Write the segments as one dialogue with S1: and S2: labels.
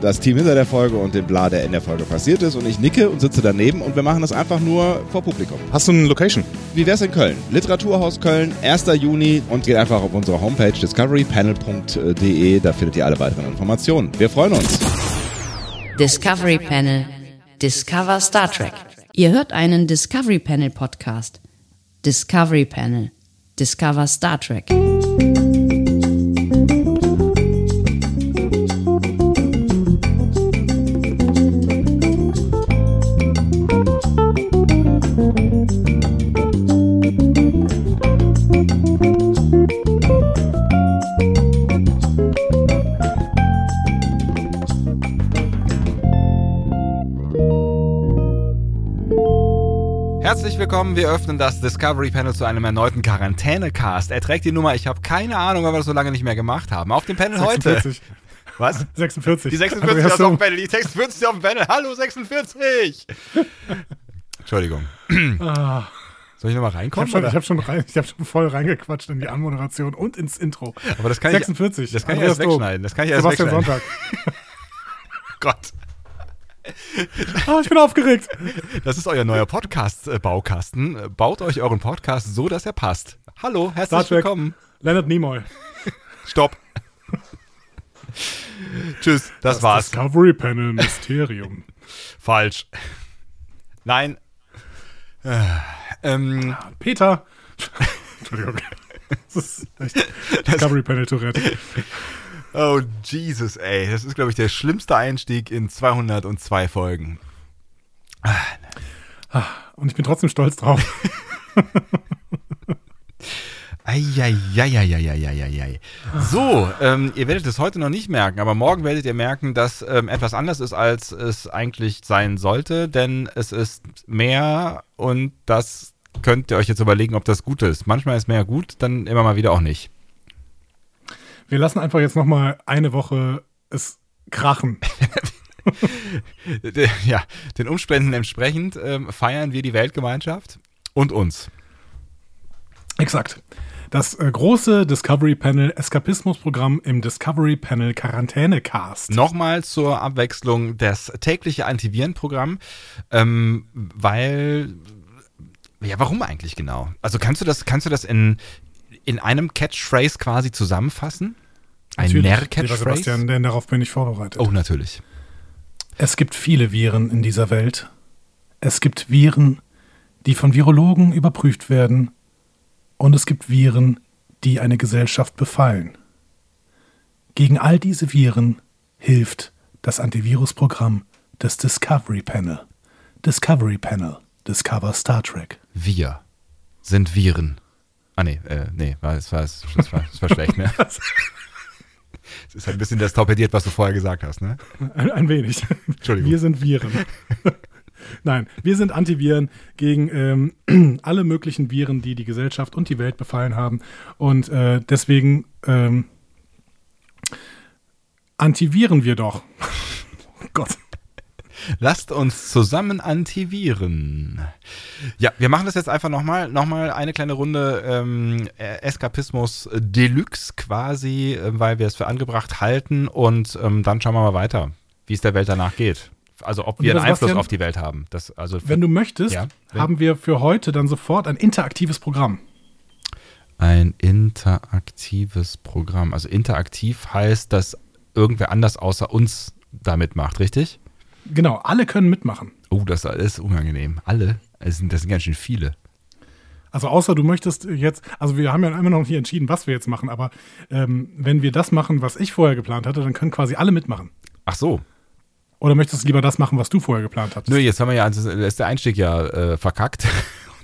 S1: das Team hinter der Folge und den Bla, der in der Folge passiert ist. Und ich nicke und sitze daneben und wir machen das einfach nur vor Publikum.
S2: Hast du eine Location?
S1: Wie wär's in Köln? Literaturhaus Köln, 1. Juni und geht einfach auf unsere Homepage discoverypanel.de. Da findet ihr alle weiteren Informationen. Wir freuen uns.
S3: Discovery Panel. Discover Star Trek. Ihr hört einen Discovery Panel Podcast. Discovery Panel. Discover Star Trek.
S4: Herzlich willkommen, wir öffnen das Discovery Panel zu einem erneuten Quarantäne-Cast. Er trägt die Nummer, ich habe keine Ahnung, weil wir das so lange nicht mehr gemacht haben. Auf dem Panel heute.
S5: 46.
S4: Was?
S5: 46.
S4: Die
S5: Aber
S4: 46
S5: erst
S4: ist
S5: so-
S4: auf dem Panel, die 46 auf dem Panel. Hallo 46! Entschuldigung.
S5: Ah,
S4: Soll ich nochmal
S5: ich habe
S4: reinkommen?
S5: schon, ich
S4: oder?
S5: hab schon, rein, ich hab schon voll reingequatscht in die Anmoderation und ins Intro. Also
S4: Aber das kann ich-
S5: 46.
S4: das kann ich
S5: Andreas
S4: erst
S5: Dom.
S4: wegschneiden, das kann ich erst
S5: Sebastian
S4: wegschneiden. Gott,
S5: Sonntag. Ah, ich bin aufgeregt.
S4: das ist euer neuer Podcast-Baukasten. Äh, Baut euch euren Podcast so, dass er passt. Hallo,
S5: Star
S4: herzlich
S5: Trek.
S4: willkommen.
S5: Leonard Nimoy.
S4: Stopp. Tschüss, das, war's.
S5: Discovery Panel Mysterium.
S4: Falsch. Nein. Äh, ähm,
S5: Peter. Entschuldigung. Das ist echt Discovery Panel Tourette.
S4: oh, Jesus, ey. Das ist, glaube ich, der schlimmste Einstieg in 202 Folgen.
S5: Und ich bin trotzdem stolz drauf.
S4: Eieieiei. So, ähm, ihr werdet es heute noch nicht merken, aber morgen werdet ihr merken, dass ähm, etwas anders ist, als es eigentlich sein sollte, denn es ist mehr und das könnt ihr euch jetzt überlegen, ob das gut ist. Manchmal ist mehr gut, dann immer mal wieder auch nicht.
S5: Wir lassen einfach jetzt nochmal eine Woche es krachen.
S4: D- Ja, den Umständen entsprechend ähm, feiern wir die Weltgemeinschaft und uns.
S5: Exakt. Das äh, große Discovery Panel Eskapismus-Programm im Discovery Panel Quarantäne-Cast.
S4: Nochmal zur Abwechslung das tägliche Antivirenprogramm, ähm, weil ja, warum eigentlich genau? Also kannst du das, kannst du das in, in einem Catchphrase quasi zusammenfassen? Ein
S5: lieber Sebastian,
S4: Nähr-Catchphrase?
S5: denn darauf bin ich vorbereitet.
S4: Oh, natürlich.
S5: Es gibt viele Viren in dieser Welt. Es gibt Viren, die von Virologen überprüft werden. Und es gibt Viren, die eine Gesellschaft befallen. Gegen all diese Viren hilft das Antivirusprogramm des Discovery Panel. Discovery Panel. Discover Star Trek.
S4: Wir sind Viren. Ah, nee, äh, nee, war- das war, das war, das war schlecht, ne? Das ist halt ein bisschen das torpediert, was du vorher gesagt hast, ne?
S5: Ein, ein wenig.
S4: Entschuldigung.
S5: Wir sind Viren. Nein, wir sind Antiviren gegen ähm, alle möglichen Viren, die die Gesellschaft und die Welt befallen haben. Und äh, deswegen ähm, antiviren wir doch. Oh Gott.
S4: Lasst uns zusammen antiviren. Ja, wir machen das jetzt einfach nochmal. Nochmal eine kleine Runde ähm, äh, Eskapismus Deluxe quasi, äh, weil wir es für angebracht halten. Und ähm, dann schauen wir mal weiter, wie es der Welt danach geht. Also ob wir
S5: lieber
S4: einen Einfluss
S5: Sebastian,
S4: auf die Welt haben. Das, also
S5: Wenn du möchtest,
S4: Ja, wenn-
S5: haben wir für heute dann sofort ein interaktives Programm.
S4: ein interaktives Programm. Also interaktiv heißt, dass irgendwer anders außer uns damit macht, richtig?
S5: Genau, alle können mitmachen.
S4: Oh, das ist unangenehm. Alle? Das sind, das sind ganz schön viele.
S5: Also außer du möchtest jetzt, also wir haben ja immer noch nicht entschieden, was wir jetzt machen, aber ähm, wenn wir das machen, was ich vorher geplant hatte, dann können quasi alle mitmachen.
S4: Ach so,
S5: Oder möchtest du lieber das machen, was du vorher geplant hattest?
S4: Nö, jetzt haben wir ja, also ist der Einstieg ja äh, verkackt.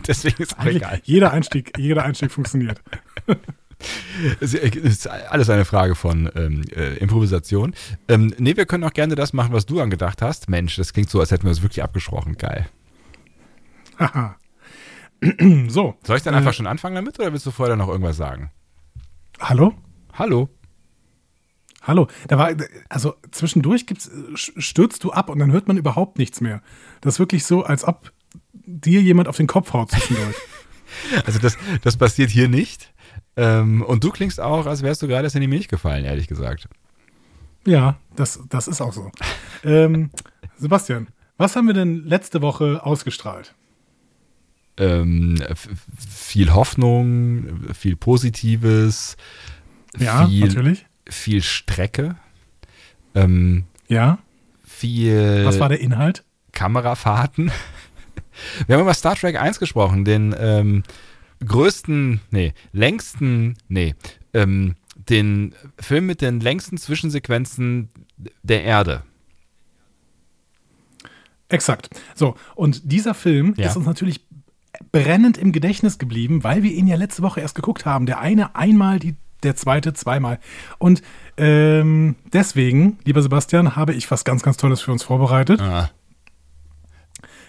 S4: Deswegen ist auch
S5: Eigentlich
S4: egal.
S5: Jeder Einstieg, jeder Einstieg funktioniert.
S4: Es ist alles eine Frage von ähm, äh, Improvisation. Ähm, nee, wir können auch gerne das machen, was du angedacht hast. Mensch, das klingt so, als hätten wir es wirklich abgesprochen. Geil.
S5: Haha. So,
S4: Soll ich dann einfach schon anfangen damit oder willst du vorher noch irgendwas sagen?
S5: hallo?
S4: Hallo.
S5: Hallo, da war, also zwischendurch gibt's, stürzt du ab und dann hört man überhaupt nichts mehr. Das ist wirklich so, als ob dir jemand auf den Kopf haut zwischendurch.
S4: Also das, das passiert hier nicht. Ähm, und du klingst auch, als wärst du gerade erst in die Milch gefallen, ehrlich gesagt.
S5: ja, das, das ist auch so. Ähm, Sebastian, was haben wir denn letzte Woche ausgestrahlt?
S4: Ähm, f- viel Hoffnung, viel Positives,
S5: Ja,
S4: viel,
S5: natürlich.
S4: viel Strecke, ähm,
S5: Ja,
S4: viel
S5: was war der Inhalt?
S4: Kamerafahrten. Wir haben über Star Trek 1 gesprochen, den ähm, größten, nee, längsten, nee, ähm, den Film mit den längsten Zwischensequenzen der Erde.
S5: Exakt. So, und dieser Film
S4: Ja.
S5: ist uns natürlich brennend im Gedächtnis geblieben, weil wir ihn ja letzte Woche erst geguckt haben. Der eine einmal, die, der zweite zweimal. Und ähm, deswegen, lieber Sebastian, habe ich was ganz, ganz Tolles für uns vorbereitet.
S4: Ah.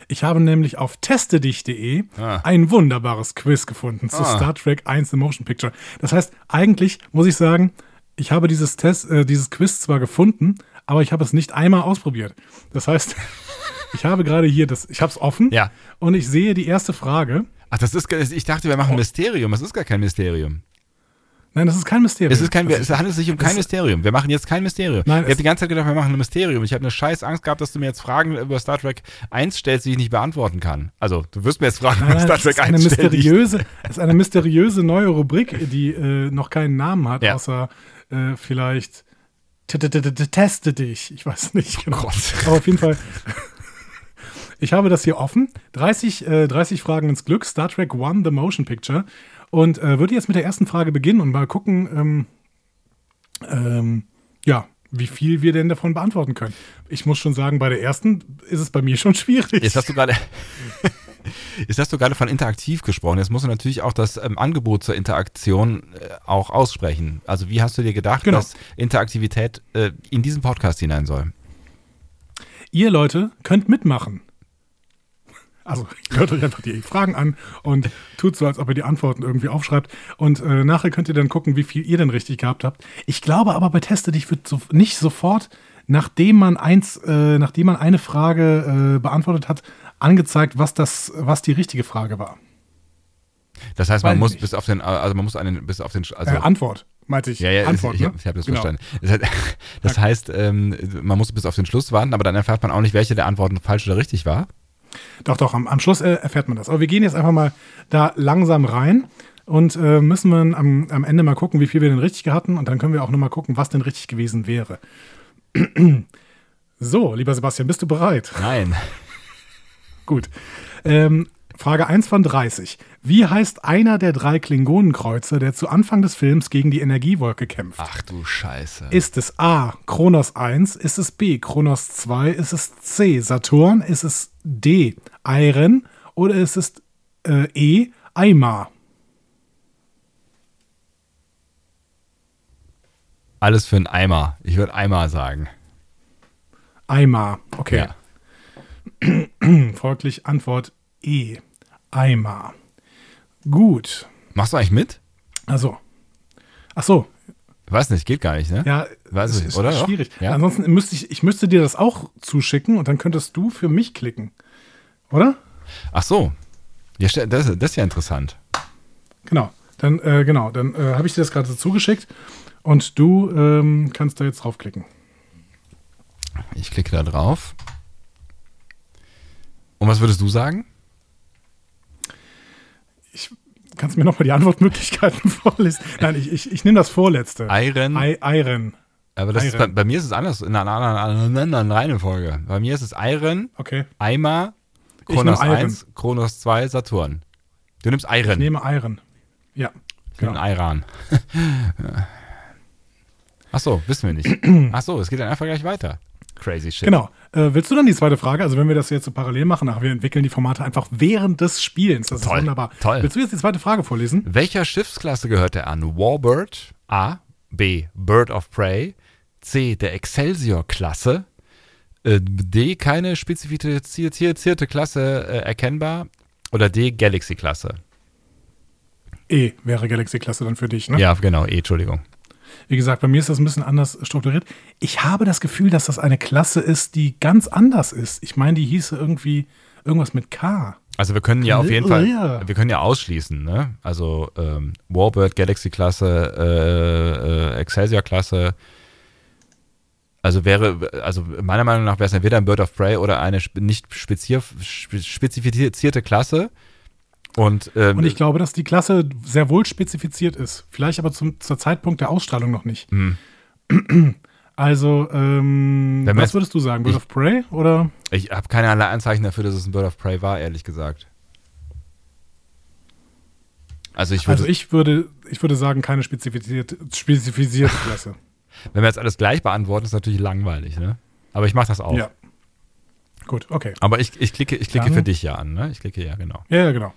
S5: Ich habe nämlich auf testedich.de
S4: Ah.
S5: ein wunderbares Quiz gefunden zu
S4: Ah.
S5: Star Trek 1 The Motion Picture. Das heißt, eigentlich muss ich sagen, ich habe dieses, Test, äh, dieses Quiz zwar gefunden, aber ich habe es nicht einmal ausprobiert. Das heißt, ich habe gerade hier das, ich habe es offen
S4: Ja.
S5: und ich sehe die erste Frage.
S4: Ach, das ist, ge- ich dachte, wir machen ein Mysterium. Das ist gar kein Mysterium.
S5: Nein, das ist kein Mysterium.
S4: Es, ist kein,
S5: Das
S4: es handelt sich um kein Mysterium. Wir machen jetzt kein Mysterium.
S5: Nein,
S4: ich
S5: es-
S4: habe die ganze Zeit gedacht, wir machen ein Mysterium. Ich habe eine scheiß Angst gehabt, dass du mir jetzt Fragen über Star Trek 1 stellst, die ich nicht beantworten kann. Also, du wirst mir jetzt Fragen
S5: Nein,
S4: über Star
S5: nein, es
S4: Trek
S5: ist eine
S4: 1 stellen. die ich-
S5: mysteriöse, es ist eine mysteriöse neue Rubrik, die äh, noch keinen Namen hat,
S4: Ja.
S5: außer äh, vielleicht t- t- t- t- teste dich. Ich weiß nicht genau.
S4: Gott.
S5: Aber auf jeden Fall. Ich habe das hier offen. 30, äh, 30 Fragen ins Glück. Star Trek One, The Motion Picture. Und äh, würde jetzt mit der ersten Frage beginnen und mal gucken, ähm, ähm, ja, wie viel wir denn davon beantworten können. Ich muss schon sagen, bei der ersten ist es bei mir schon schwierig.
S4: Jetzt hast du gerade. Jetzt hast du gerade von interaktiv gesprochen. Jetzt musst du natürlich auch das ähm, Angebot zur Interaktion äh, auch aussprechen. Also wie hast du dir gedacht,
S5: Genau.
S4: dass Interaktivität äh, in diesen Podcast hinein soll?
S5: ihr Leute könnt mitmachen. Also hört euch einfach die Fragen an und tut so, als ob ihr die Antworten irgendwie aufschreibt. Und äh, nachher könnt ihr dann gucken, wie viel ihr denn richtig gehabt habt. Ich glaube aber bei Teste dich wird so, nicht sofort, nachdem man eins, äh, nachdem man eine Frage äh, beantwortet hat, angezeigt, was das, was die richtige Frage war.
S4: Das heißt, man
S5: Weiß
S4: muss
S5: nicht.
S4: bis auf den, also man muss einen bis auf den, also
S5: Äh, Antwort, meinte ich.
S4: Ja, ja,
S5: Antwort,
S4: ich, ich,
S5: ne?
S4: ich habe das
S5: Genau.
S4: verstanden. Das heißt, das heißt ähm, man muss bis auf den Schluss warten, aber dann erfährt man auch nicht, welche der Antworten falsch oder richtig war.
S5: Doch, doch, am, am Schluss äh, erfährt man das. Aber wir gehen jetzt einfach mal da langsam rein und äh, müssen wir am, am Ende mal gucken, wie viel wir denn richtig hatten. Und dann können wir auch nochmal gucken, was denn richtig gewesen wäre. So, lieber Sebastian, bist du bereit?
S4: Nein.
S5: Gut. Ähm, Frage 1 von 30. Wie heißt einer der drei Klingonenkreuzer, der zu Anfang des Films gegen die Energiewolke kämpft?
S4: Ach du Scheiße.
S5: Ist es A, Kronos 1? Ist es B, Kronos 2? Ist es C, Saturn? Ist es D, Iron? Oder ist es äh, E, Aima?
S4: Alles für einen Eimer. Ich würde Eimer sagen.
S5: Aima. Okay.
S4: Ja.
S5: Folglich Antwort E, Aima. Gut.
S4: Machst du eigentlich mit?
S5: Also. Ach so,
S4: Weiß nicht, geht gar nicht, ne?
S5: ja,
S4: Weiß
S5: es
S4: ich, oder? Doch?
S5: schwierig.
S4: Ja.
S5: Ansonsten müsste ich, ich müsste dir das auch zuschicken und dann könntest du für mich klicken. Oder?
S4: Ach so. Ja, ste- das, das ist ja interessant.
S5: Genau, dann, äh, genau, dann äh, habe ich dir das gerade so zugeschickt und du ähm, kannst da jetzt draufklicken.
S4: Ich klicke da drauf. Und was würdest du sagen?
S5: Kannst du mir nochmal die Antwortmöglichkeiten vorlesen? Nein, ich, ich, ich nehme das vorletzte.
S4: Iron.
S5: I Iron.
S4: aber das ist bei,
S5: Iron.
S4: bei mir ist es anders, in einer anderen, einer anderen Reihenfolge. Bei mir ist es Iron,
S5: Okay,
S4: Eimer,
S5: Ich nehm
S4: Kronos
S5: Iron.
S4: 1, Kronos 2, Saturn. Du nimmst Iron.
S5: ich nehme Iron. Ja,
S4: Ich nehm
S5: genau.
S4: Iran. Ach so, wissen wir nicht. Ach so, es geht dann einfach gleich weiter. Crazy shit.
S5: genau. Äh, willst du dann die zweite Frage? Also wenn wir das jetzt so parallel machen, ach, wir entwickeln die Formate einfach während des Spielens. Das
S4: Toll,
S5: ist wunderbar.
S4: toll.
S5: Willst du jetzt die zweite Frage vorlesen?
S4: Welcher Schiffsklasse gehört er an? Warbird A, B, Bird of Prey, C, der Excelsior-Klasse, äh, D, keine spezifizierte Klasse äh, erkennbar, Oder D, Galaxy-Klasse.
S5: E wäre Galaxy-Klasse dann für dich, ne?
S4: Ja, genau, E, Entschuldigung.
S5: Wie gesagt, bei mir ist das ein bisschen anders strukturiert. Ich habe das Gefühl, dass das eine Klasse ist, die ganz anders ist. Ich meine, die hieße irgendwie irgendwas mit K.
S4: Also wir können ja auf jeden
S5: Oh,
S4: Fall,
S5: ja.
S4: wir können ja ausschließen, ne? Also ähm, Warbird, Galaxy-Klasse, äh, äh, Excelsior-Klasse. Also wäre, also meiner Meinung nach wäre es entweder ein Bird of Prey oder eine sp- nicht spezier- spe- spezifizierte Klasse. Und, ähm,
S5: Und ich glaube, dass die Klasse sehr wohl spezifiziert ist. Vielleicht aber zum zur Zeitpunkt der Ausstrahlung noch nicht. Also, ähm,
S4: Wenn wir
S5: was
S4: jetzt-
S5: würdest du sagen? Bird
S4: Hm. Ich-
S5: of Prey oder?
S4: ich habe keine Anzeichen dafür, dass es ein Bird of Prey war, ehrlich gesagt. Also ich würde
S5: Also ich würde, ich würde sagen, keine spezifizierte, spezifizierte Klasse.
S4: Wenn wir jetzt alles gleich beantworten, ist natürlich langweilig, ne? Aber ich mache das auch.
S5: Ja. Gut, okay.
S4: Aber ich, ich klicke, ich klicke
S5: Dann-
S4: für dich ja an, ne? Ich klicke ja, genau.
S5: Ja, ja, genau.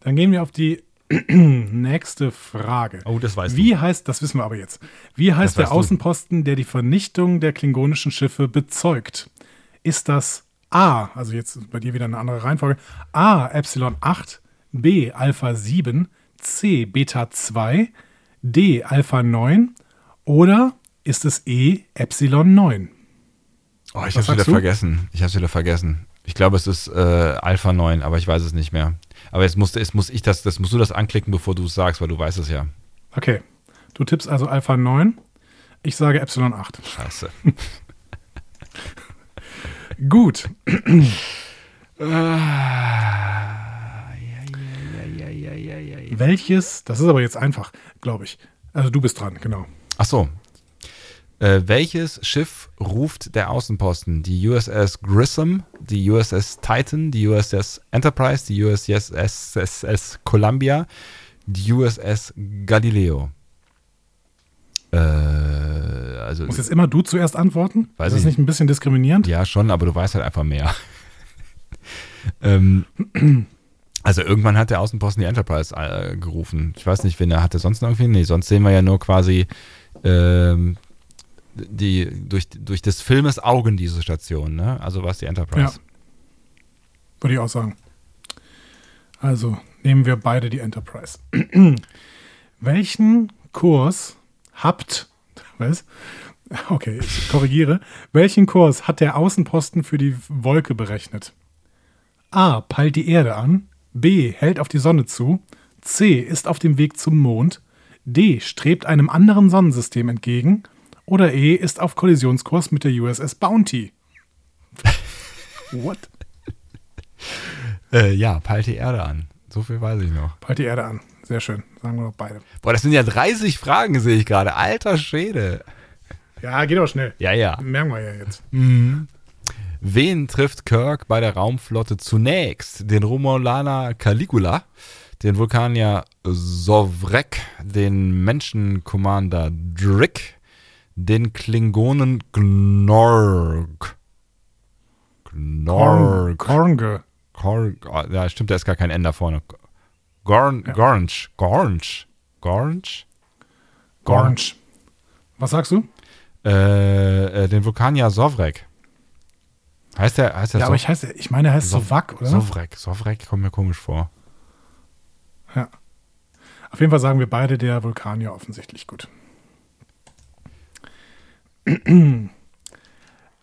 S5: Dann gehen wir auf die nächste Frage.
S4: Oh, das weißt
S5: Wie heißt, das wissen wir aber jetzt, wie heißt der
S4: weißt du.
S5: Außenposten, der die Vernichtung der klingonischen Schiffe bezeugt? Ist das A, also jetzt bei dir wieder eine andere Reihenfolge, A, Epsilon 8, B, Alpha 7, C, Beta 2, D, Alpha 9 oder ist es E, Epsilon 9?
S4: Oh,
S5: Was
S4: ich hab's wieder
S5: sagst du?
S4: vergessen. Ich hab's wieder vergessen. Ich glaube, es ist äh, Alpha 9, aber ich weiß es nicht mehr. Aber jetzt musste, jetzt muss ich das, das musst du das anklicken, bevor du es sagst, weil du weißt es ja.
S5: Okay, du tippst also Alpha 9, ich sage Epsilon 8.
S4: Scheiße.
S5: Gut, welches, das ist aber jetzt einfach, glaube ich. Also du bist dran, genau.
S4: Ach so. Äh, welches Schiff ruft der Außenposten? Die USS Grissom, die USS Titan, die USS Enterprise, die USS SSS Columbia, die USS Galileo. Äh, also,
S5: Muss jetzt immer du zuerst antworten?
S4: Weiß
S5: ist das
S4: ich
S5: nicht ein bisschen diskriminierend?
S4: ja, schon, aber du weißt halt einfach mehr. ähm, also, irgendwann hat der Außenposten die Enterprise äh, gerufen. Ich weiß nicht, wen er hatte. Sonst noch irgendwie? Nee, sonst sehen wir ja nur quasi ähm, die, durch, durch des Filmes Augen diese Station. Ne? Also, war es die Enterprise.
S5: Würde ich auch sagen. Also nehmen wir beide die Enterprise. Welchen Kurs habt, was? Okay, ich korrigiere. Welchen Kurs hat der Außenposten für die Wolke berechnet? A. Peilt die Erde an. B. Hält auf die Sonne zu. C. Ist auf dem Weg zum Mond. D. Strebt einem anderen Sonnensystem entgegen. Oder E. Ist auf Kollisionskurs mit der USS Bounty. What?
S4: Äh, ja, peilt die Erde an. So viel weiß ich noch.
S5: Peilt die Erde an. Sehr schön. Sagen wir doch beide.
S4: Boah, das sind ja 30 Fragen, sehe ich gerade. Alter Schwede.
S5: Ja, geht aber schnell.
S4: Ja, ja.
S5: Merken wir ja jetzt.
S4: Wen trifft Kirk bei der Raumflotte zunächst? Den Romulaner Caligula, den Vulkanier Sovrek, den Menschenkommander Drick, den Klingonen Gnorg.
S5: Korn,
S4: Gnorg.
S5: Kornge.
S4: Korg. Ah, Ja, stimmt, da ist gar kein N da vorne. Gorn, Gornch. Gornch. Gornch.
S5: Gornch. Was sagst du?
S4: Äh, äh, den Vulkanier Sovrek. Heißt der, heißt der
S5: ja, aber ich, heiße, ich meine, er heißt
S4: Sov-
S5: Sovak, oder?
S4: Sovrek. Sovrek kommt mir komisch vor.
S5: ja. Auf jeden Fall sagen wir beide der Vulkanier offensichtlich gut.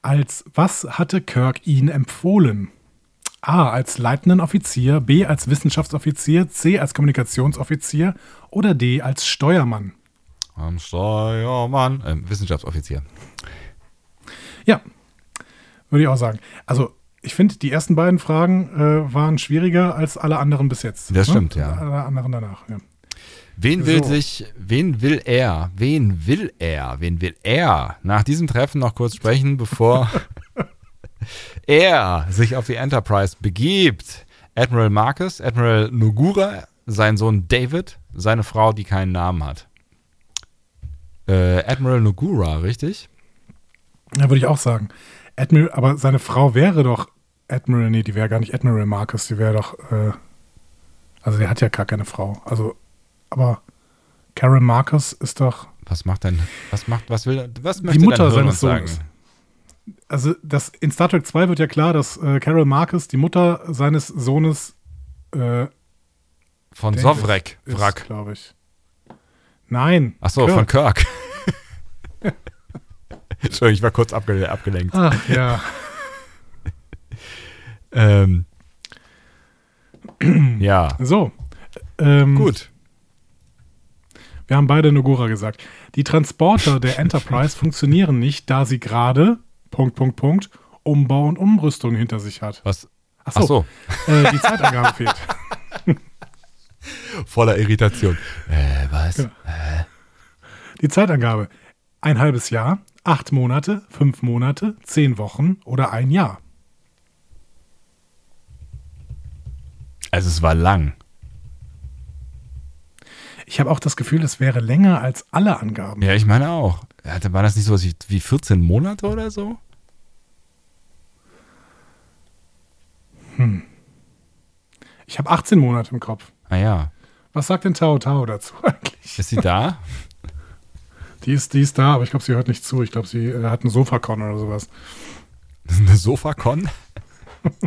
S5: Als was hatte Kirk ihn empfohlen? A. Als leitenden Offizier, B. als Wissenschaftsoffizier, C. als Kommunikationsoffizier oder D. als Steuermann?
S4: Am Steuermann. Ähm, Wissenschaftsoffizier.
S5: Ja, würde ich auch sagen. Also, ich finde, die ersten beiden Fragen äh, waren schwieriger als alle anderen bis jetzt. ne?
S4: Das stimmt, ja.
S5: Alle anderen danach, ja.
S4: Wen will
S5: So.
S4: sich, wen will er, wen will er, wen will er nach diesem Treffen noch kurz sprechen, bevor er sich auf die Enterprise begibt? Admiral Marcus, Admiral Nogura, sein Sohn David, seine Frau, die keinen Namen hat. Äh, Admiral Nogura, richtig?
S5: Ja, würde ich auch sagen. Admiral, aber seine Frau wäre doch Admiral, nee, die wäre gar nicht Admiral Marcus, die wäre doch, äh, also der hat ja gar keine Frau. Also, aber Karen Marcus ist doch,
S4: Was macht denn, was macht, was will, was möchte
S5: Mutter
S4: dein Hirn
S5: seines
S4: uns sagen?
S5: Sohnes. also das, in Star Trek 2 wird ja klar, dass äh, Carol Marcus die Mutter seines Sohnes äh,
S4: Von
S5: Davis
S4: Sovrek,
S5: ist,
S4: Wrack.
S5: glaube ich. Nein.
S4: Ach so,
S5: Kirk.
S4: von Kirk. Entschuldigung, ich war kurz abgele abgelenkt.
S5: Ach ja.
S4: Ähm, ja,
S5: So. Ähm,
S4: gut.
S5: Wir haben beide Nogura gesagt. Die Transporter der Enterprise funktionieren nicht, da sie gerade Punkt, Punkt, Punkt, Umbau und Umrüstung hinter sich hat.
S4: Was?
S5: Ach
S4: Ach so,
S5: Äh, die Zeitangabe fehlt.
S4: voller Irritation. Äh, was?
S5: Die Zeitangabe. Ein halbes Jahr, acht Monate, fünf Monate, zehn Wochen oder ein Jahr.
S4: Also es war lang.
S5: Ich habe auch das Gefühl, es wäre länger als alle Angaben.
S4: Ja, ich meine auch. Hatte, war das nicht so wie, wie 14 Monate oder so?
S5: Ich habe 18 Monate im Kopf.
S4: Ah ja.
S5: Was sagt denn Tao Tao dazu eigentlich?
S4: Ist sie da?
S5: Die ist, die ist da, aber ich glaube, sie hört nicht zu. Ich glaube, sie äh, hat einen Sofakon oder sowas.
S4: Das ist eine Sofakon?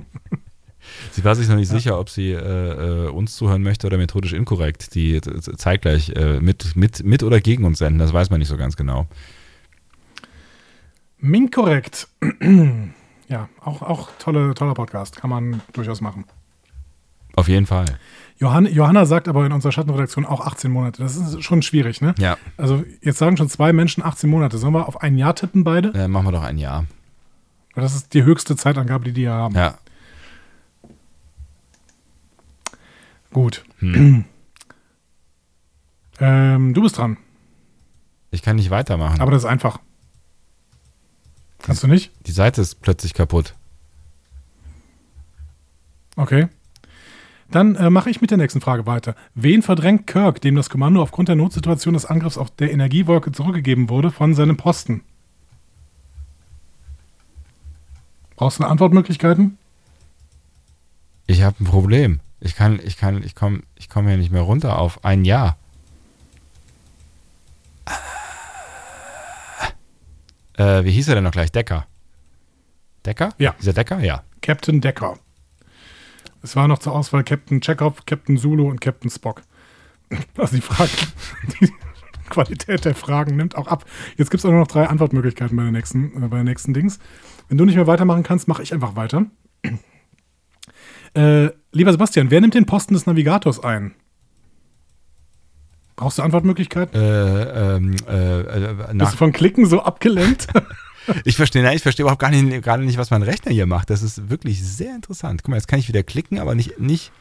S4: sie war sich noch nicht sicher, ob sie äh, äh, uns zuhören möchte oder methodisch inkorrekt, die z- z- zeitgleich äh, mit, mit, mit oder gegen uns senden. Das weiß man nicht so ganz genau.
S5: Minkorrekt. ja, auch, auch tolle, toller Podcast. Kann man durchaus machen.
S4: Auf jeden Fall.
S5: Johann, Johanna sagt aber in unserer Schattenredaktion auch 18 Monate. Das ist schon schwierig, ne?
S4: Ja.
S5: Also jetzt sagen schon zwei Menschen 18 Monate. Sollen wir auf ein Jahr tippen beide?
S4: Äh, machen wir doch ein Jahr.
S5: Weil Das ist die höchste Zeitangabe, die die ja haben.
S4: Ja.
S5: Gut.
S4: Hm.
S5: ähm, du bist dran.
S4: Ich kann nicht weitermachen.
S5: Aber das ist einfach. Kannst du nicht?
S4: die Seite ist plötzlich kaputt.
S5: Okay. Dann äh, mache ich mit der nächsten Frage weiter. Wen verdrängt Kirk, dem das Kommando aufgrund der Notsituation des Angriffs auf der Energiewolke zurückgegeben wurde, von seinem Posten? Brauchst du Antwortmöglichkeiten?
S4: Ich habe ein Problem. Ich kann, ich kann, ich komme, ich komme hier nicht mehr runter auf ein Jahr. Äh, wie hieß er denn noch gleich? Decker. Decker?
S5: Ja.
S4: Dieser Decker? Ja.
S5: Captain Decker. Es war noch zur Auswahl Captain Chekhov, Captain Zulu und Captain Spock. Also die Fragen, die Qualität der Fragen nimmt auch ab. Jetzt gibt es auch nur noch drei Antwortmöglichkeiten bei der nächsten, äh, bei der nächsten Dings. Wenn du nicht mehr weitermachen kannst, mache ich einfach weiter. Äh, lieber Sebastian, wer nimmt den Posten des Navigators ein? Brauchst du Antwortmöglichkeiten?
S4: Äh, ähm, äh, äh,
S5: Bist
S4: nach,
S5: du von Klicken so abgelenkt?
S4: ich verstehe, nein, ich verstehe überhaupt gar nicht, gerade nicht, was mein Rechner hier macht. Das ist wirklich sehr interessant. Guck mal, jetzt kann ich wieder klicken, aber nicht, nicht.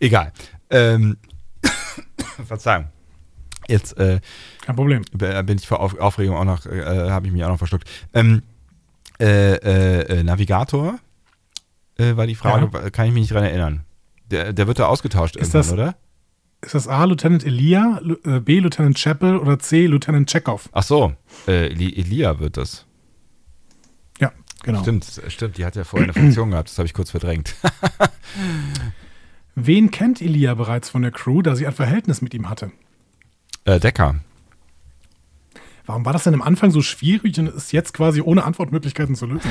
S4: Egal. Ähm, Verzeihung. Jetzt, äh,
S5: Kein Problem.
S4: Da bin ich vor Auf Aufregung auch noch, äh, habe ich mich auch noch verschluckt. Ähm, äh, äh, äh, Navigator äh, war die Frage, kann ich mich nicht dran erinnern. Der, der wird da ausgetauscht
S5: Ist
S4: irgendwann,
S5: das-
S4: oder?
S5: Ist das A, Lieutenant Elia, Lu- äh, B, Lieutenant Chapel oder C, Lieutenant Chekhov?
S4: Ach so, äh, Eli- Elia wird das.
S5: Ja, genau.
S4: Stimmt, s- stimmt, die hat ja vorher eine Funktion gehabt, das habe ich kurz verdrängt.
S5: Wen kennt Elia bereits von der Crew, da sie ein Verhältnis mit ihm hatte?
S4: äh, Decker.
S5: Warum war das denn am Anfang so schwierig und ist jetzt quasi ohne Antwortmöglichkeiten zu lösen?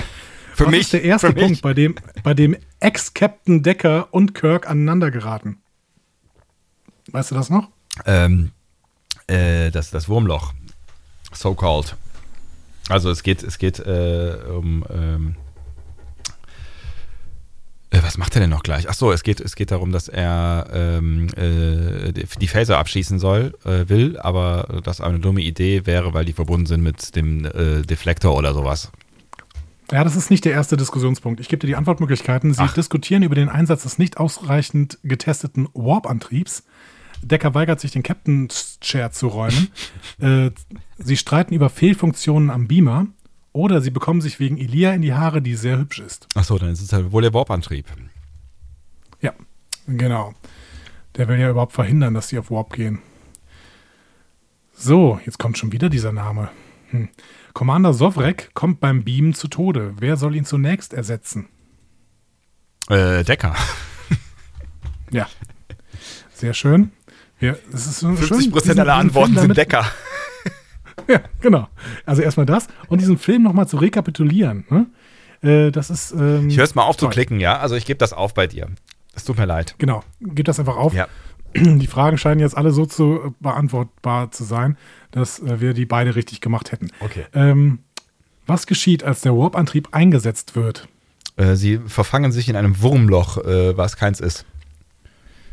S4: Für
S5: Was
S4: mich,
S5: ist der erste
S4: für mich.
S5: Punkt, bei dem, bei dem Ex-Captain Decker und Kirk aneinander geraten? Weißt du das noch?
S4: Ähm, äh, das, das Wurmloch. So called. Also es geht, es geht äh, um. Ähm, äh, was macht er denn noch gleich? Ach so, es geht, es geht darum, dass er ähm, äh, die die Phaser abschießen soll, äh, will, aber das eine dumme Idee wäre, weil die verbunden sind mit dem äh, Deflektor oder sowas.
S5: Ja, das ist nicht der erste Diskussionspunkt. Ich gebe dir die Antwortmöglichkeiten. Sie
S4: Ach.
S5: diskutieren über den Einsatz des nicht ausreichend getesteten Warp-Antriebs. Decker weigert sich, den Captain's Chair zu räumen. äh, sie streiten über Fehlfunktionen am Beamer. Oder sie bekommen sich wegen Elia in die Haare, die sehr hübsch ist.
S4: Ach so, dann ist es halt wohl der Warp-Antrieb.
S5: Ja, genau. Der will ja überhaupt verhindern, dass sie auf Warp gehen. So, jetzt kommt schon wieder dieser Name. Hm. Commander Sovrek kommt beim Beamen zu Tode. Wer soll ihn zunächst ersetzen?
S4: Äh, Decker.
S5: Ja. Sehr schön. Ja, es ist so schön,
S4: 50%
S5: diesen-
S4: aller
S5: diesen Film
S4: Antworten sind
S5: damit-
S4: Decker.
S5: ja, genau. Also erstmal das und diesen Film nochmal zu rekapitulieren. Ne? Äh, das ist. Ähm,
S4: Ich höre es mal auf zu
S5: toll.
S4: klicken, ja? Also ich gebe das auf bei dir. Es tut mir leid.
S5: Genau, gib das einfach auf.
S4: Ja.
S5: Die Fragen scheinen jetzt alle so zu äh, beantwortbar zu sein, dass äh, wir die beide richtig gemacht hätten.
S4: Okay.
S5: Ähm, was geschieht, als der Warp-Antrieb eingesetzt wird?
S4: Äh, sie verfangen sich in einem Wurmloch, äh, was keins ist.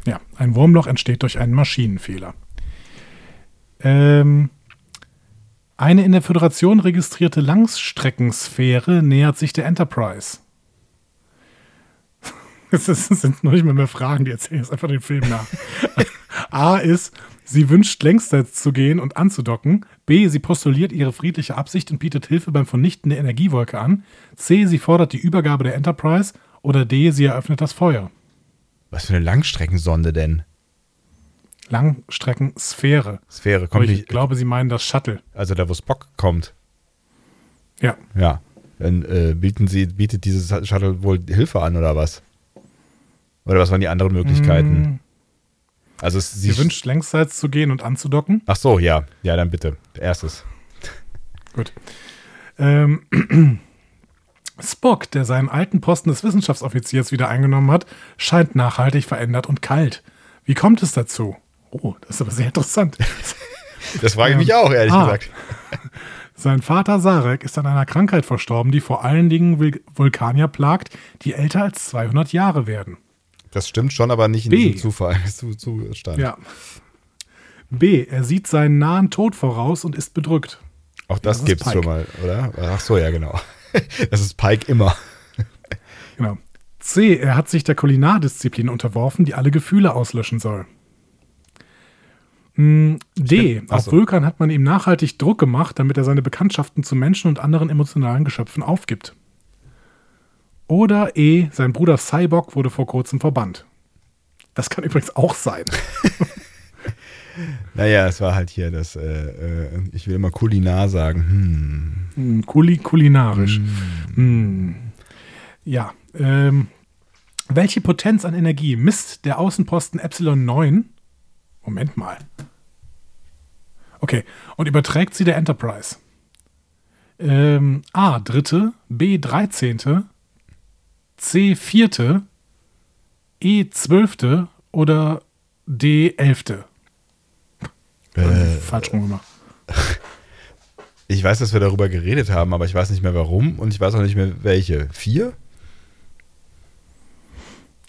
S5: Ja, ein Wurmloch entsteht durch einen Maschinenfehler. Ähm, eine in der Föderation registrierte Langstreckensphäre nähert sich der Enterprise. Es ist- es sind noch nicht mal mehr Fragen, die erzählen jetzt einfach den Film nach. A ist, sie wünscht längstseits zu gehen und anzudocken. B, sie postuliert ihre friedliche Absicht und bietet Hilfe beim Vernichten der Energiewolke an. C, sie fordert die Übergabe der Enterprise. Oder D, sie eröffnet das Feuer.
S4: Was für eine Langstreckensonde denn?
S5: Langstreckensphäre.
S4: Sphäre
S5: Aber
S4: kommt
S5: ich
S4: nicht.
S5: glaube, sie meinen das Shuttle.
S4: Also da, wo Spock kommt.
S5: Ja,
S4: Ja. Dann äh, bieten sie, bietet dieses Shuttle wohl Hilfe an oder was? Oder was waren die anderen Möglichkeiten?
S5: Hm.
S4: Also es,
S5: sie
S4: sie
S5: wünscht längsseits zu gehen und anzudocken.
S4: Ach so, ja. Ja, dann bitte. Erstes.
S5: Gut. Ähm, Spock, der seinen alten Posten des Wissenschaftsoffiziers wieder eingenommen hat, scheint nachhaltig verändert und kalt. Wie kommt es dazu? Oh, das ist aber sehr interessant.
S4: Das frage ich mich auch, ehrlich
S5: Ah.
S4: gesagt.
S5: Sein Vater Sarek ist an einer Krankheit verstorben, die vor allen Dingen Vil- Vulkanier plagt, die älter als 200 Jahre werden.
S4: Das stimmt schon, aber nicht in
S5: B.
S4: diesem Zufall. Zu, Zustand.
S5: Ja. B. Er sieht seinen nahen Tod voraus und ist bedrückt.
S4: Auch
S5: Das
S4: das,
S5: ist
S4: gibt's
S5: Pike.
S4: schon mal, oder? Ach so, ja, genau. Das ist Pike immer.
S5: Genau. C. Er hat sich der Kulinardisziplin unterworfen, die alle Gefühle auslöschen soll. Hm, D.
S4: Ach
S5: Auf
S4: so.
S5: Vulkan hat man ihm nachhaltig Druck gemacht, damit er seine Bekanntschaften zu Menschen und anderen emotionalen Geschöpfen aufgibt. Oder E. Sein Bruder Cyborg wurde vor kurzem verbannt. Das kann übrigens auch sein.
S4: Naja, es war halt hier das, äh, äh, ich will immer Kulinar sagen. Hm.
S5: Hm, Kuli kulinarisch. Hm. Ja. Ähm, welche Potenz an Energie misst der Außenposten Epsilon 9? Moment mal. Okay. Und überträgt sie der Enterprise? Ähm, A. Dritte, B. Dreizehnte, C. Vierte, E. Zwölfte oder D. Elfte? Falsch rumgemacht.
S4: Ich weiß, dass wir darüber geredet haben, aber ich weiß nicht mehr warum und ich weiß auch nicht mehr welche. Vier?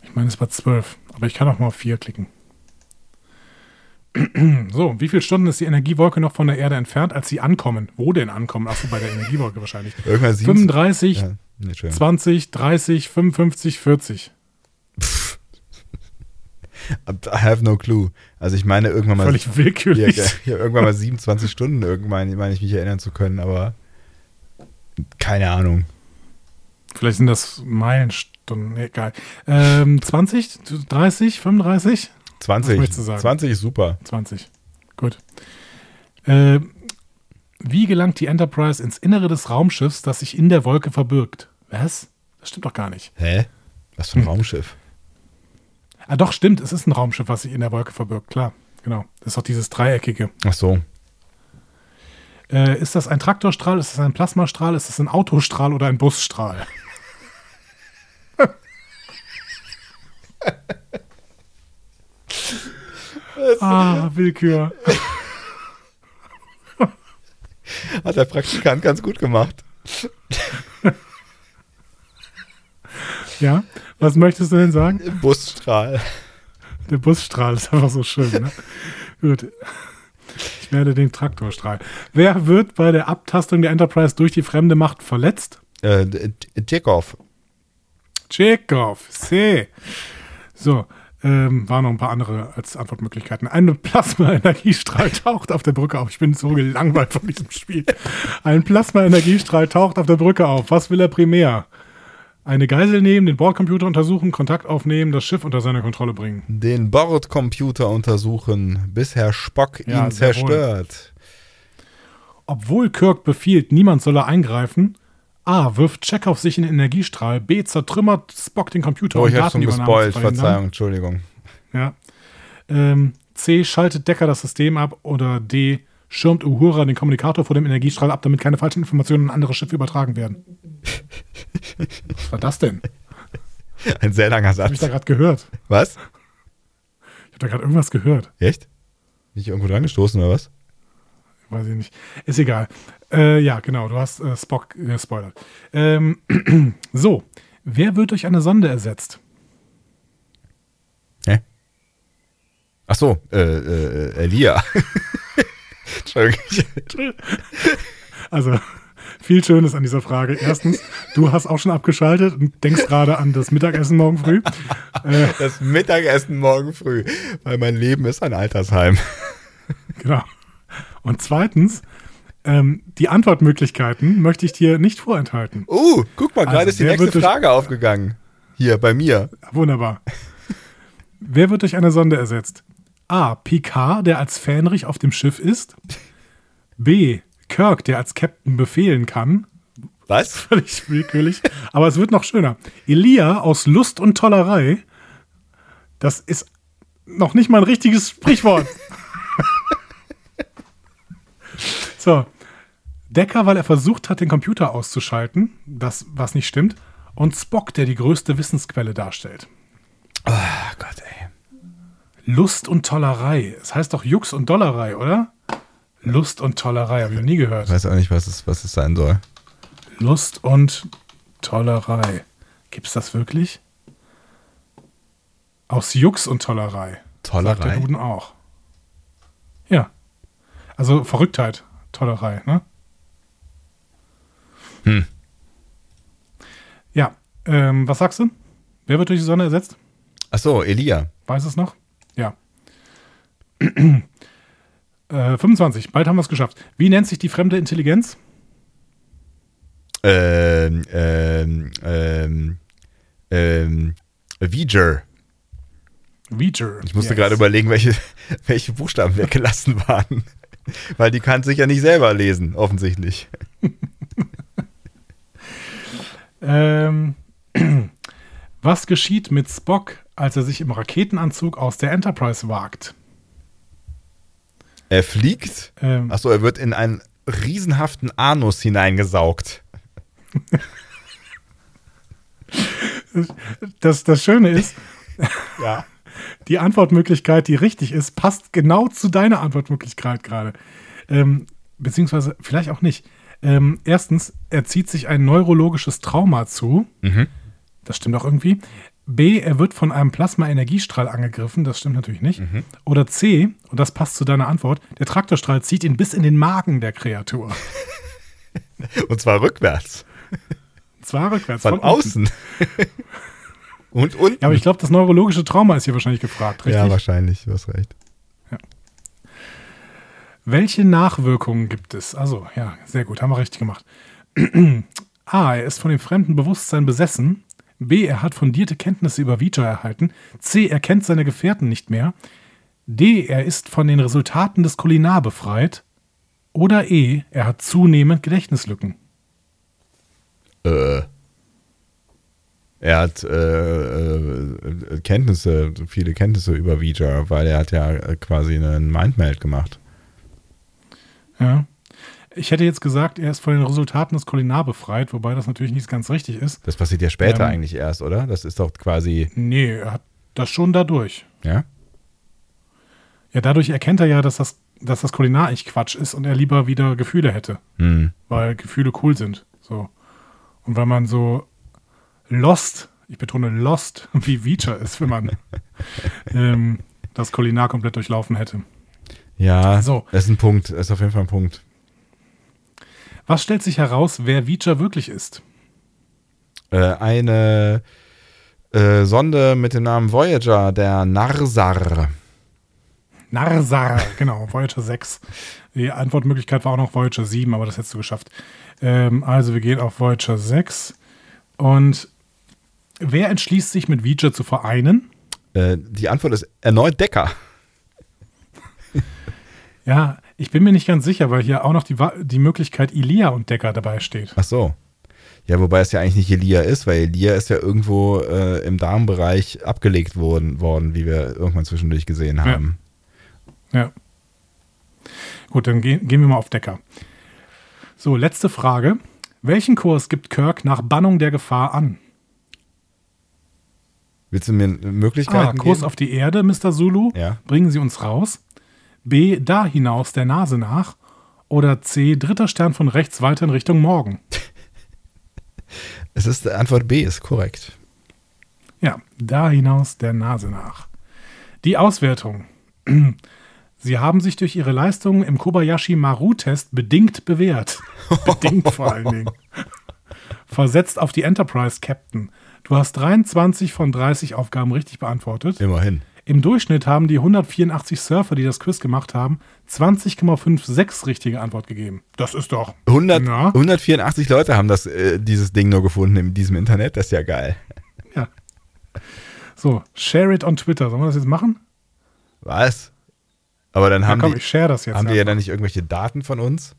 S5: Ich meine, es war zwölf, aber ich kann auch mal auf vier klicken. So, wie viele Stunden ist die Energiewolke noch von der Erde entfernt, als sie ankommen? Wo denn ankommen? Achso, bei der Energiewolke wahrscheinlich.
S4: Irgendwann sieben's-
S5: 35,
S4: Ja, nee, Entschuldigung.
S5: 20, 30, 55, 40.
S4: I have no clue. Also ich meine irgendwann mal.
S5: Völlig
S4: ja,
S5: willkürlich.
S4: ja, ja, irgendwann mal 27 Stunden, irgendwann meine ich mich erinnern zu können, aber keine Ahnung.
S5: Vielleicht sind das Meilenstunden, nee, egal. Ähm, 20, 30, 35?
S4: 20.
S5: möchtest du sagen?
S4: 20 ist super.
S5: 20. Gut. Äh, wie gelangt die Enterprise ins Innere des Raumschiffs, das sich in der Wolke verbirgt? Was? Das stimmt doch gar nicht.
S4: Hä? Was für ein Raumschiff?
S5: Ah, doch, stimmt. Es ist ein Raumschiff, was sich in der Wolke verbirgt. Klar, genau. Das ist doch dieses Dreieckige.
S4: Ach so.
S5: Äh, ist das ein Traktorstrahl? Ist das ein Plasmastrahl? Ist das ein Autostrahl oder ein Busstrahl? ah, Willkür.
S4: Hat der Praktikant ganz gut gemacht.
S5: Ja, was möchtest du denn sagen?
S4: Busstrahl.
S5: Der Busstrahl ist einfach so schön. Ne? Gut. Ich werde den Traktorstrahl. Wer wird bei der Abtastung der Enterprise durch die fremde Macht verletzt?
S4: Äh, D- D- Tschechow.
S5: Tschekow, C. So, ähm, waren noch ein paar andere als Antwortmöglichkeiten. Ein Plasma-Energiestrahl taucht auf der Brücke auf. Ich bin so gelangweilt von diesem Spiel. Ein Plasma-Energiestrahl taucht auf der Brücke auf. Was will er primär? Eine Geisel nehmen, den Bordcomputer untersuchen, Kontakt aufnehmen, das Schiff unter seine Kontrolle bringen.
S4: Den Bordcomputer untersuchen, bis Herr Spock
S5: Ja,
S4: ihn
S5: sehr wohl.
S4: zerstört.
S5: Obwohl Kirk befiehlt, niemand solle eingreifen, A. wirft Chekhov sich in den Energiestrahl, B. zertrümmert Spock den Computer,
S4: Oh, ich hab's schon
S5: Datenübernahme
S4: gespoilt.
S5: zu verhindern.
S4: Verzeihung, Entschuldigung.
S5: Ja. Ähm, C. Schaltet Decker das System ab oder D. schirmt Uhura den Kommunikator vor dem Energiestrahl ab, damit keine falschen Informationen an andere Schiffe übertragen werden. Was war das denn?
S4: Ein sehr langer
S5: Hab ich
S4: Satz.
S5: da gerade gehört?
S4: Was?
S5: Ich habe da gerade irgendwas gehört.
S4: Echt? Bin ich irgendwo dran gestoßen oder was?
S5: Weiß ich nicht. Ist egal. Äh, ja, genau, du hast äh, Spock gespoilert. Ähm, so, wer wird durch eine Sonde ersetzt?
S4: Hä? Ach so, äh, äh, äh, Elia. Entschuldigung.
S5: Also, viel Schönes an dieser Frage. Erstens, du hast auch schon abgeschaltet und denkst gerade an das Mittagessen morgen früh. Äh,
S4: Das Mittagessen morgen früh, weil mein Leben ist ein Altersheim.
S5: genau. Und zweitens, ähm, die Antwortmöglichkeiten möchte ich dir nicht vorenthalten.
S4: Uh, guck mal, gerade
S5: Also,
S4: ist die
S5: wer
S4: nächste
S5: wird durch-
S4: Frage aufgegangen. Hier, bei mir.
S5: Wunderbar. Wer wird durch eine Sonde ersetzt? A. Picard, der als Fähnrich auf dem Schiff ist. B. Kirk, der als Captain befehlen kann.
S4: Was?
S5: Völlig willkürlich. Aber es wird noch schöner. Elia aus Lust und Tollerei. Das ist noch nicht mal ein richtiges Sprichwort. so. Decker, weil er versucht hat, den Computer auszuschalten. Das, was nicht stimmt. Und Spock, der die größte Wissensquelle darstellt.
S4: Ach Ah, Gott, ey.
S5: Lust und Tollerei. Es heißt doch Jux und Dollerei, oder? Lust und Tollerei, habe ich noch nie gehört.
S4: Ich weiß auch nicht, was es, was es sein soll.
S5: Lust und Tollerei. Gibt's das wirklich? Aus Jux und Tollerei. Sagt der
S4: Tollerei?
S5: Duden auch. Ja. Also Verrücktheit, Tollerei, ne? Hm.
S4: Hm.
S5: Ja, ähm, was sagst du? Wer wird durch die Sonne ersetzt?
S4: Ach so, Elia.
S5: Weiß es noch? Ja. äh, 25, bald haben wir es geschafft. Wie nennt sich die fremde Intelligenz?
S4: Ähm, ähm, ähm, ähm, Viger.
S5: Reacher.
S4: Ich musste gerade überlegen, welche, welche Buchstaben weggelassen waren. Weil die kann sich ja nicht selber lesen, offensichtlich.
S5: Ähm, was geschieht mit Spock, als er sich im Raketenanzug aus der Enterprise wagt?
S4: Er fliegt.
S5: Ähm,
S4: Achso, er wird in einen riesenhaften Anus hineingesaugt.
S5: Das, das Schöne ist,
S4: Ja.
S5: die Antwortmöglichkeit, die richtig ist, passt genau zu deiner Antwortmöglichkeit gerade. Ähm, beziehungsweise vielleicht auch nicht. Ähm, erstens, er zieht sich ein neurologisches Trauma zu. Das stimmt auch irgendwie. B, er wird von einem Plasma-Energiestrahl angegriffen. Das stimmt natürlich nicht. Oder C, und das passt zu deiner Antwort, der Traktorstrahl zieht ihn bis in den Magen der Kreatur.
S4: Und zwar rückwärts.
S5: Und zwar rückwärts.
S4: Von
S5: unten.
S4: außen. Und unten.
S5: Ja, aber ich glaube, das neurologische Trauma ist hier wahrscheinlich gefragt, richtig?
S4: Ja, wahrscheinlich, du hast recht.
S5: Welche Nachwirkungen gibt es? Also, ja, sehr gut, haben wir richtig gemacht. A. Er ist von dem fremden Bewusstsein besessen. B. Er hat fundierte Kenntnisse über Vita erhalten. C. Er kennt seine Gefährten nicht mehr. D. Er ist von den Resultaten des Kulinar befreit. Oder E. Er hat zunehmend Gedächtnislücken.
S4: Äh. Er hat äh, äh, Kenntnisse, viele Kenntnisse über Vija, weil er hat ja äh, quasi einen Mindmeld gemacht.
S5: Ja. Ich hätte jetzt gesagt, er ist von den Resultaten des Kulinar befreit, wobei das natürlich nicht ganz richtig ist.
S4: Das passiert ja später
S5: Ähm.
S4: eigentlich erst, oder? Das ist doch quasi,
S5: Nee, er hat das schon dadurch.
S4: ja?
S5: Ja, dadurch erkennt er ja, dass das, dass das Kulinar eigentlich Quatsch ist und er lieber wieder Gefühle hätte,
S4: Hm.
S5: weil Gefühle cool sind. So. Und weil man so lost, ich betone lost, wie Vita ist, wenn man ähm, das Kulinar komplett durchlaufen hätte.
S4: Ja,
S5: So.
S4: das ist ein Punkt, das ist auf jeden Fall ein Punkt.
S5: Was stellt sich heraus, wer Vita wirklich ist?
S4: Äh, eine äh, Sonde mit dem Namen Voyager, der Narsar.
S5: Narsar, genau, Voyager 6. Die Antwortmöglichkeit war auch noch Voyager 7, aber das hättest du geschafft. Ähm, also wir gehen auf Voyager 6. Und wer entschließt sich mit Vita zu vereinen?
S4: Äh, die Antwort ist erneut Decker.
S5: Ja, ich bin mir nicht ganz sicher, weil hier auch noch die, Wa- die Möglichkeit Ilia und Decker dabei steht.
S4: Ach so. Ja, wobei es ja eigentlich nicht Elia ist, weil Elia ist ja irgendwo äh, im Darmbereich abgelegt worden, worden, wie wir irgendwann zwischendurch gesehen haben.
S5: Ja. Gut, dann gehen, gehen wir mal auf Decker. So, letzte Frage. Welchen Kurs gibt Kirk nach Bannung der Gefahr an?
S4: Willst du mir Möglichkeiten
S5: A. Kurs
S4: geben?
S5: Ah, auf die Erde, Mr. Zulu.
S4: Ja.
S5: Bringen Sie uns raus. B. Da hinaus, der Nase nach. Oder C. Dritter Stern von rechts weiter in Richtung Morgen.
S4: es ist Antwort B ist korrekt.
S5: Ja, da hinaus der Nase nach. Die Auswertung. Sie haben sich durch Ihre Leistungen im Kobayashi Maru-Test bedingt bewährt. Bedingt vor allen Dingen. Versetzt auf die Enterprise, Captain. Du hast 23 von 30 Aufgaben richtig beantwortet.
S4: Immerhin.
S5: Im Durchschnitt haben die 184 Surfer, die das Quiz gemacht haben, 20,56 richtige Antwort gegeben. Das ist doch.
S4: 100,
S5: Na?
S4: 184 Leute haben das, äh, dieses Ding nur gefunden in diesem Internet. Das ist ja geil.
S5: Ja. So, share it on Twitter. Sollen wir das jetzt machen?
S4: Was? Aber dann haben
S5: ja, komm,
S4: die,
S5: ich share das jetzt.
S4: haben die ja
S5: einfach.
S4: dann nicht irgendwelche Daten von uns?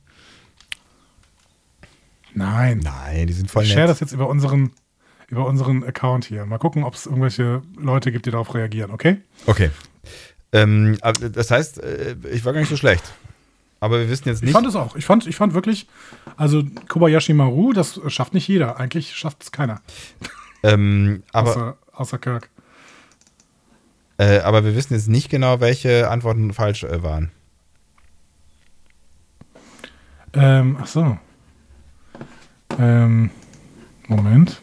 S5: Nein.
S4: Nein, die sind voll
S5: Ich
S4: nett.
S5: share das jetzt über unseren, über unseren Account hier. Mal gucken, ob es irgendwelche Leute gibt, die darauf reagieren, okay?
S4: Okay. Ähm, aber das heißt, äh, ich war gar nicht so schlecht. Aber wir wissen jetzt
S5: Ich
S4: nicht.
S5: fand es auch. Ich fand, ich fand wirklich, also Kobayashi Maru, das schafft nicht jeder. Eigentlich schafft es keiner.
S4: Ähm, aber,
S5: Außer, außer Kirk.
S4: äh, aber wir wissen jetzt nicht genau, welche Antworten falsch äh, waren.
S5: Ähm, ach so. Ähm, Moment.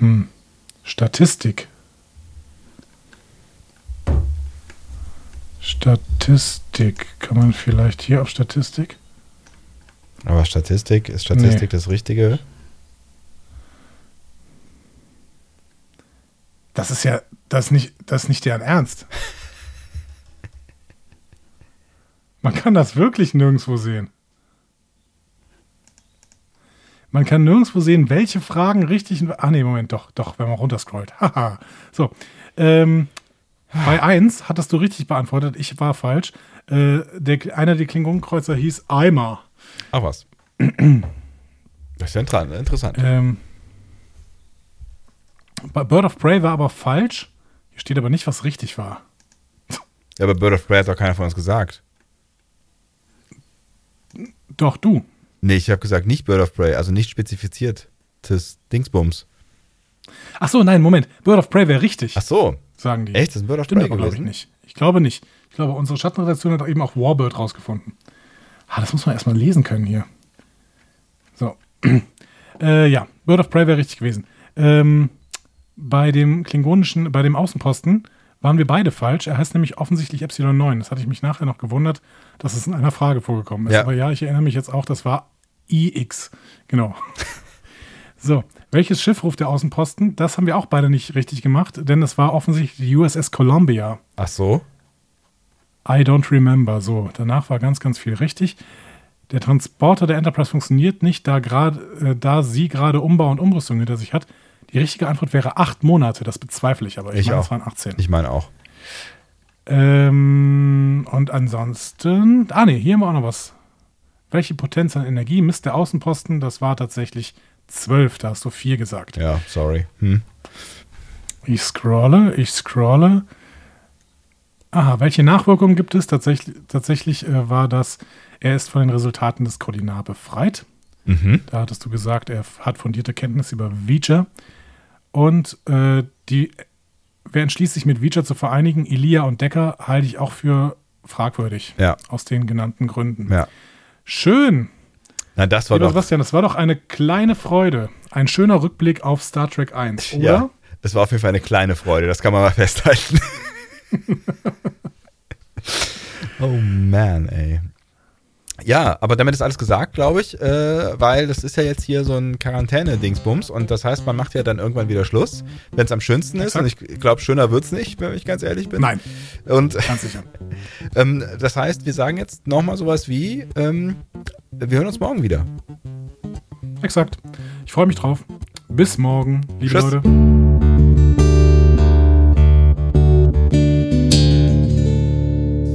S5: Hm. Statistik. Statistik. Kann man vielleicht hier auf Statistik?
S4: Aber Statistik, ist Statistik
S5: Nee.
S4: das Richtige?
S5: Das ist ja, das ist nicht, das ist nicht deren Ernst. Man kann das wirklich nirgendwo sehen. Man kann nirgendwo sehen, welche Fragen richtig. und- Ah, nee, Moment, doch, doch, wenn man runterscrollt. Haha. so. Ähm, bei 1 hattest du richtig beantwortet, ich war falsch. Äh, der, einer der Klingonenkreuzer hieß Eimer.
S4: Ach was. Das ist ja intra- interessant.
S5: Ähm, bei Bird of Prey war aber falsch. Hier steht aber nicht, was richtig war.
S4: Ja, aber Bird of Prey hat doch keiner von uns gesagt.
S5: Doch, du.
S4: Nee, ich habe gesagt, nicht Bird of Prey, also nicht spezifiziert. Das Dingsbums.
S5: Ach so, nein, Moment. Bird of Prey wäre richtig,
S4: Ach so.
S5: sagen die.
S4: Echt? Das ist Bird of
S5: Stimmt
S4: Prey
S5: aber, glaube ich,
S4: gewesen?
S5: nicht. Ich glaube nicht. Ich glaube, unsere Schattenredaktion hat eben auch Warbird rausgefunden. Ah, das muss man erstmal lesen können hier. So. äh, ja, Bird of Prey wäre richtig gewesen. Ähm, bei dem klingonischen, bei dem Außenposten waren wir beide falsch. Er heißt nämlich offensichtlich Epsilon 9. Das hatte ich mich nachher noch gewundert, dass es in einer Frage vorgekommen ist.
S4: Ja.
S5: Aber ja, ich erinnere mich jetzt auch, das war IX. Genau. So, welches Schiff ruft der Außenposten? Das haben wir auch beide nicht richtig gemacht, denn es war offensichtlich die USS Columbia.
S4: Ach so.
S5: I don't remember. So, danach war ganz, ganz viel richtig. Der Transporter der Enterprise funktioniert nicht, da, grad, äh, da sie gerade Umbau und Umrüstung hinter sich hat. Die richtige Antwort wäre acht Monate, das bezweifle ich aber.
S4: Ich
S5: meine,
S4: auch.
S5: es waren 18.
S4: Ich meine auch.
S5: Ähm, und ansonsten. Ah, nee, hier haben wir auch noch was. Welche Potenz an Energie misst der Außenposten? Das war tatsächlich 12, da hast du 4 gesagt.
S4: Ja, sorry. Hm.
S5: Ich scrolle, ich scrolle. Aha, welche Nachwirkungen gibt es? Tatsächlich, tatsächlich äh, war das, er ist von den Resultaten des Koordinar befreit.
S4: Mhm.
S5: Da hattest du gesagt, er f- hat fundierte Kenntnis über Vija. Und äh, die, wer entschließt sich mit Vija zu vereinigen? Elia und Decker halte ich auch für fragwürdig.
S4: Ja.
S5: Aus den genannten Gründen.
S4: Ja.
S5: Schön.
S4: Na, das war
S5: Lieber
S4: doch.
S5: Sebastian, das war doch eine kleine Freude. Ein schöner Rückblick auf Star Trek 1, oder?
S4: Ja. Es war auf jeden Fall eine kleine Freude, das kann man mal festhalten. oh man, ey. Ja, aber damit ist alles gesagt, glaube ich, äh, weil das ist ja jetzt hier so ein Quarantäne-Dingsbums und das heißt, man macht ja dann irgendwann wieder Schluss, wenn es am schönsten ist. Und ich glaube, schöner wird es nicht, wenn ich ganz ehrlich bin.
S5: Nein,
S4: Und
S5: ganz sicher.
S4: ähm, das heißt, wir sagen jetzt nochmal sowas wie, ähm, wir hören uns morgen wieder.
S5: Exakt. Ich freue mich drauf. Bis morgen, liebe
S4: Tschüss.
S5: Leute.